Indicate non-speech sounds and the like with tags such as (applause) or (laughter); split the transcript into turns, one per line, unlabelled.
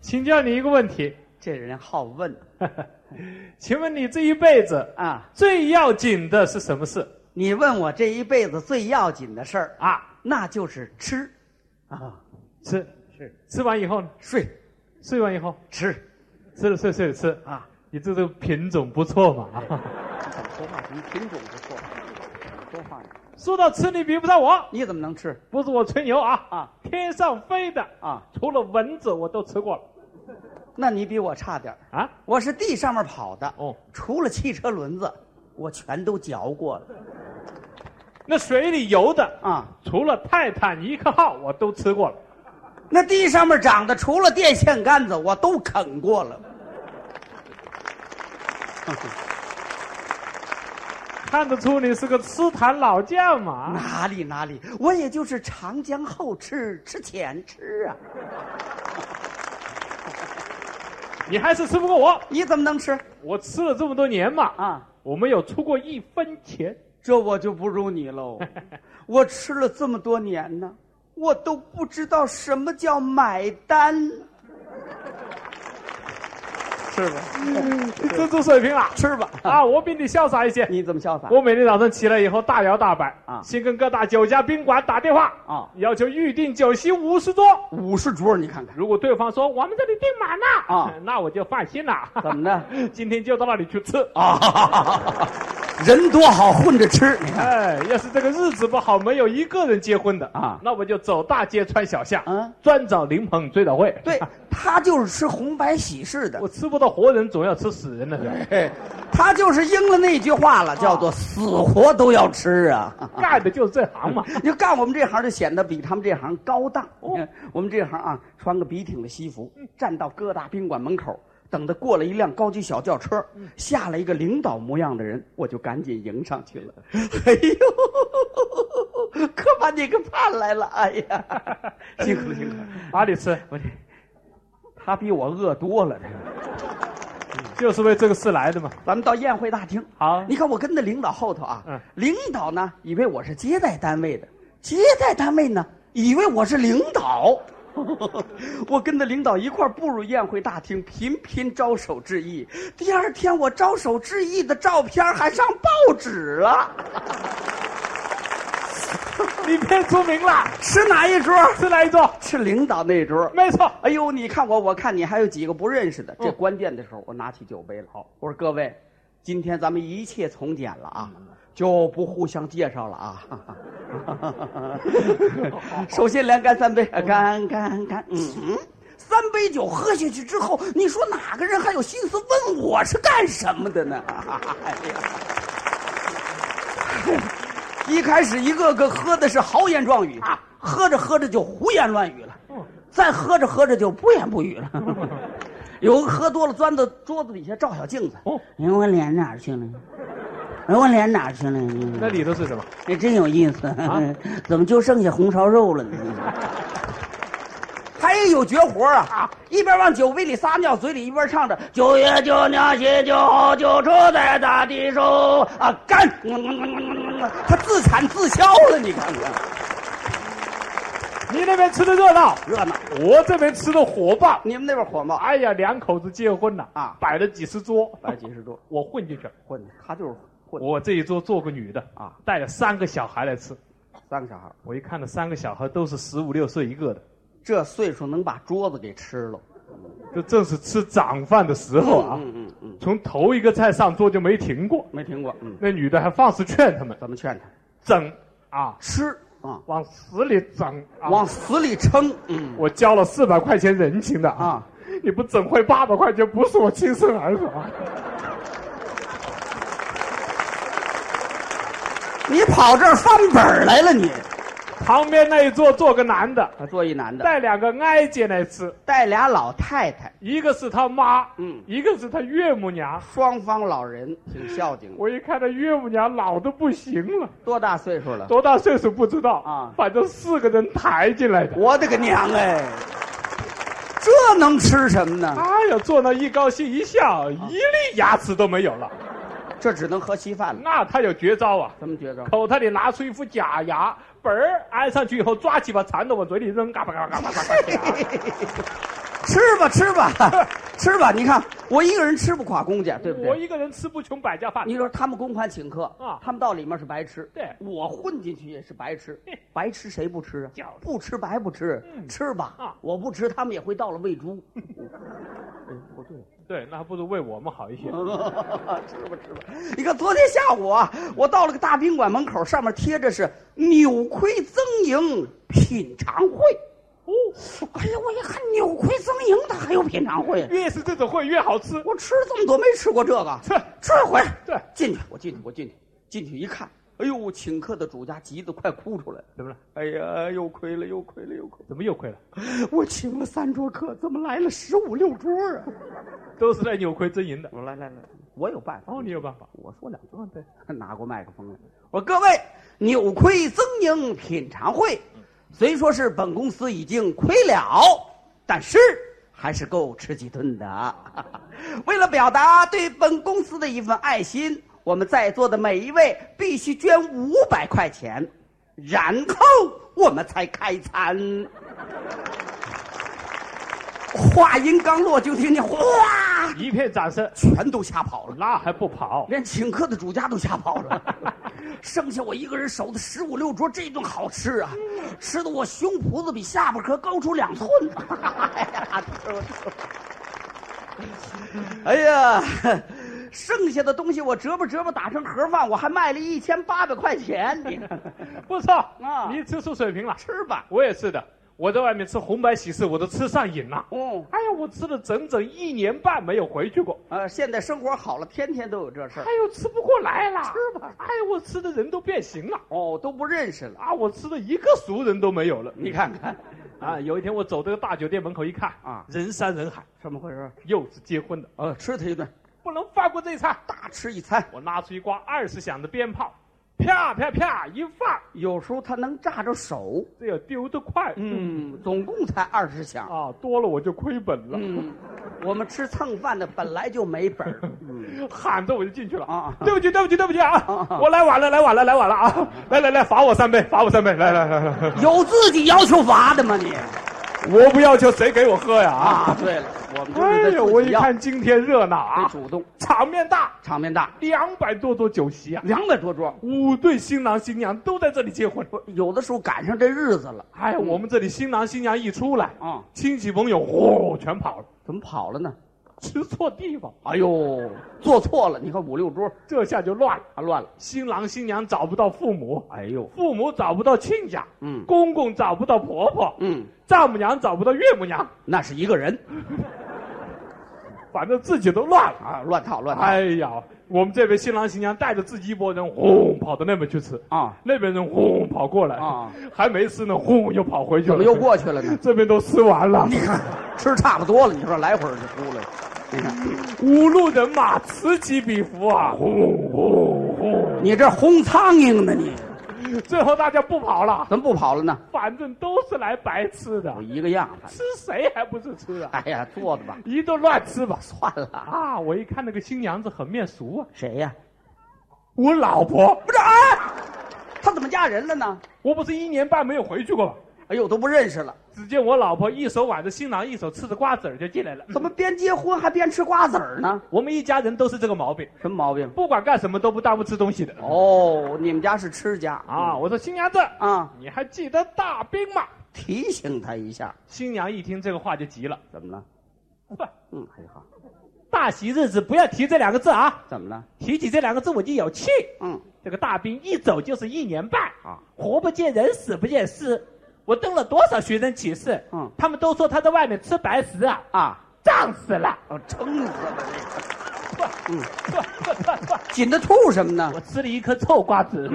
请教你一个问题，
这人好问
请问你这一辈子
啊！
最要紧的是什么事
你问我这一辈子最要紧的事儿，
啊？
那就是吃，啊，
吃
是
吃完以后呢？
睡
睡完以后
吃
吃了睡，睡了吃。
啊。
你这个品种不错嘛 (laughs) 啊！
怎么说话？什么品种不错？怎么说话呢？
说到吃，你比不上我，
你怎么能吃
不是我吹牛啊
啊！
天上飞的，
啊？
除了蚊子我都吃过了
那你比我差点儿
啊！
我是地上面跑的，
哦，
除了汽车轮子，我全都嚼过了
那水里游的，
啊。
除了泰坦尼克号我都吃过了。
那地上面长的，除了电线杆子，我都啃过了。
看得出你是个吃坛老将嘛？
哪里哪里，我也就是长江后吃，吃前吃啊。
你还是吃不过我，
你怎么能吃
我吃了这么多年嘛，
啊？
我没有出过一分钱。
这我就不如你 (laughs) 喽。我吃了这么多年呢，我都不知道什么叫买单，是吧？
这就水平了
吃吧
(laughs)
啊！
啊！我比你潇洒一些。
你怎么潇洒？
我每天早上起来以后大摇大摆
啊
先跟各大酒家宾馆打电话
啊，
要求预订酒席五十桌。
五十桌，你看看
如果对方说我们这里订满了
啊
(laughs) 那我就放心
(laughs)
了。
怎么的？
(laughs) 今天就到那里去吃。
啊，人多好混着吃，你看，
哎，要是这个日子不好，没有一个人结婚的
啊
那我就走大街穿小巷，
嗯
专找灵棚追悼会。
对他就是吃红白喜事
(laughs)
的
我，吃不到活人，总要吃死人的。是吧
(laughs) 嘿他就是应了那句话了，叫做死活都要吃啊。
干的就是这行嘛。
(laughs) 你就干我们这行就显得比他们这行高档。
哦
我们这行啊，穿个笔挺的西服，站到各大宾馆门口，等着过了一辆高级小轿车，下来一个领导模样的人，我就赶紧迎上去了。 (laughs) 哎呦， (laughs) 可把你给盼来了！哎呀，辛苦了，辛苦了。
哪里吃？
我这他比我饿多了。这个
就是为这个事来的嘛。
咱们到宴会大厅，
好
你看我跟着领导后头啊，
啊嗯
领导呢以为我是接待单位的，接待单位呢以为我是领导， (laughs) 我跟着领导一块儿步入宴会大厅，频频招手致意。第二天我招手致意的照片还上报纸了，
你变出名了，
吃哪一桌？
吃来一桌，
吃领导那桌。
没错。
哎呦，你看我，我看你，还有几个不认识的。这
嗯
关键的时候，我拿起酒杯了。好，我说各位，今天咱们一切从简了啊，就不互相介绍了啊。首先连干三杯，呃干干干，嗯，三杯酒喝下去之后，你说哪个人还有心思问我是干什么的呢？ (laughs) 哎呀，一开始一个个喝的是豪言壮语，啊喝着喝着就胡言乱语了。再喝着喝着就不言不语了。有个喝多了钻到桌子底下照小镜子，
哦，
哎，我脸哪儿去了？哎，我脸哪儿去了？
那里头是什么？
那真有意思，
啊
(laughs) 怎么就剩下红烧肉了 (laughs) 呢？还有绝活啊！一边往酒杯里撒尿，嘴里一边唱着“九月九娘些酒，酒出在大地手”，啊，干！他自产自销了，你看看
你那边吃的热闹，
热闹。
我这边吃的火爆。
你们那边火吗？
哎呀，两口子结婚了
啊
摆了几十桌，
百几十桌
我混进去了。
混的，他就是混的
我这一桌坐个女的
啊，
带了三个小孩来吃。
三个小孩儿。
我一看那三个小孩都是十五六岁一个的，
这岁数能把桌子给吃了。
这正是吃长饭的时候啊。
嗯嗯嗯，
从头一个菜上桌就没停过，
没听过。嗯，
那女的还放肆劝他们
怎么劝他？
整啊，
吃啊，
往死里整啊，
往死里撑。嗯
我交了四百块钱人情的啊，
啊，
你不整回八百块钱，不是我亲生儿子啊！
你跑这儿翻本儿来了你？
旁边那一桌坐个男的，
做一男的，
带两个哀姐来吃，
带俩老太太，
一个是他妈，
嗯
一个是他岳母娘。
双方老人挺孝敬的。
我一看他岳母娘老的不行了，
多大岁数了？
多大岁数不知道
啊
反正四个人抬进来的。
我的个娘哎！这能吃什么呢？
哎呀，坐那一高兴一笑，一粒牙齿都没有了。
这只能喝稀饭了。
那他有绝招啊！
怎么觉着？
口袋里拿出一副假牙，
(laughs)
本儿安上去以后，抓起把蚕豆往嘴里扔，嘎巴嘎巴嘎巴嘎巴。
吃吧吃 (laughs) 吧吃吧，你看我一个人吃不垮公家，对不
我
对？
一个人吃不穷百家饭。
你说他们公款请客
啊
他们到里面是白吃，
对
我混进去也是白吃
嘿，
白吃谁不吃啊
就是？
不吃白不吃，
嗯
吃吧、
啊
我不吃，他们也会到了喂猪。哎，不对。
对，那还不如为我们好一些。
(laughs) 吃吧吃吧。你看昨天下午啊，我到了个大宾馆门口，上面贴着是“扭亏增盈品尝会”。哦，哎呀，我一看扭亏增盈，它还有品尝会。
越是这种会越好吃。
我吃了这么多，没吃过这个，
吃
吃一回。
对
进去，我进去，我进去，进去一看，哎呦，请客的主家急得快哭出来了。
怎么了？
哎呀，又亏了，又亏了，又亏
怎么又亏了？
了！我请了三桌客，怎么来了十五六桌啊？
都是在扭亏增盈的。
我说来来来，我有办法。
哦，你有办法。
我说两句。
嗯，对。
拿过麦克风来，我说各位，扭亏增盈品尝会，虽说是本公司已经亏了，但是还是够吃几顿的。 (laughs) 为了表达对本公司的一份爱心，我们在座的每一位必须捐五百块钱，然后我们才开餐。话音刚落，就听见哗，
一片掌声，
全都吓跑了。
那还不跑？
连请客的主家都吓跑了，剩下我一个人守着十五六桌，这顿好吃啊，吃的我胸脯子比下巴壳高出两寸。哎呀，吃吧吃吧 (laughs) 哎呀，剩下的东西我折吧折吧打成盒饭，我还卖了一千八百块钱，你看
不错
啊
你吃出水平了。
(laughs) 吃吧。
我也是的，我在外面吃红白喜事，我都吃上瘾了。
哦，
哎呀，我吃了整整一年半没有回去过。
呃，现在生活好了，天天都有这事儿
哎。呦，吃不过来了。
吃吧
哎呀，我吃的人都变形了。
哦，都不认识了。
啊，我吃的一个熟人都没有了。
你看看，
啊，有一天我走这个大酒店门口一看，
啊
人山人海，
怎么回事？
又是结婚的，
呃，吃他一顿，
不能放过这一餐。
大啊吃一餐。
我拿出一挂二十响的鞭炮，啪啪啪一放，
有时候他能炸着手，
这也丢得快。
嗯，总共才二十响。
啊，多了我就亏本了。
嗯，我们吃蹭饭的本来就
(laughs)
没本儿。
嗯喊着我就进去了
啊
对不起，对不起，对不起啊
啊！
我来晚了，来晚了，来晚了啊！ (laughs) 来来来，罚我三杯，罚我三杯！来来来来，
有自己要求罚的吗你？
我不要求谁给我喝呀啊！
啊，对了，我们就
哎
是
呦，
得
我
自己
一
要，
看今天热闹
得
啊，
主动，
场面大，
场面大，
两百多桌酒席啊，
两百多桌，
五对新郎新娘都在这里结婚。
有的时候赶上这日子了
哎呀，我们这里新郎新娘一出来，
啊，
亲戚朋友呼全跑了，
怎么跑了呢？
吃错地方，
哎呦，做错了，你看五六桌
这下就乱了。
啊，乱了。
新郎新娘找不到父母，
哎呦，
父母找不到亲家，
嗯
公公找不到婆婆，
嗯，
丈母娘找不到岳母娘，
那是一个人
反正自己都乱了。
啊，乱套乱套
哎呀，我们这边新郎新娘带着自己一拨人，轰跑到那边去吃，
啊，
那边人轰跑过来，
啊
还没吃呢，轰又跑回去了，
怎么又过去了呢？
这边都吃完了，
你看，吃差不多了，你说来会儿就出来了。你看，
五路人马此起彼伏啊，轰轰轰！
你这轰苍蝇呢你？
最后大家不跑了，
怎么不跑了呢？
反正都是来白吃的
我，一个样，反正
吃谁还不是吃啊？
哎呀，坐着吧，
一顿乱吃吧。
算了。
啊！我一看那个新娘子很面熟啊，
谁呀、
我老婆，
不是啊，他怎么嫁人了呢？
我不是一年半没有回去过吗？
哎呦，都不认识了，
只见我老婆一手挽着新郎，一手吃着瓜子儿就进来了。
怎么边结婚还边吃瓜子儿呢？
我们一家人都是这个毛病，
什么毛病？
不管干什么都不耽误吃东西的。
哦，你们家是吃家
啊！我说新娘子，
啊？
你还记得大兵吗？
提醒他一下，
新娘一听这个话就急了，
怎么了？
哼
嗯，哎呀，
大喜日子不要提这两个字啊！
怎么了？
提起这两个字我就有气。
嗯，
这个大兵一走就是一年半
啊，
活不见人，死不见尸。我登了多少学生启事？
嗯
他们都说他在外面吃白食啊，
啊，
胀死了。 (laughs)
哦，撑死了这个，
嗯，
紧着吐什么呢？
我吃了一颗臭瓜子。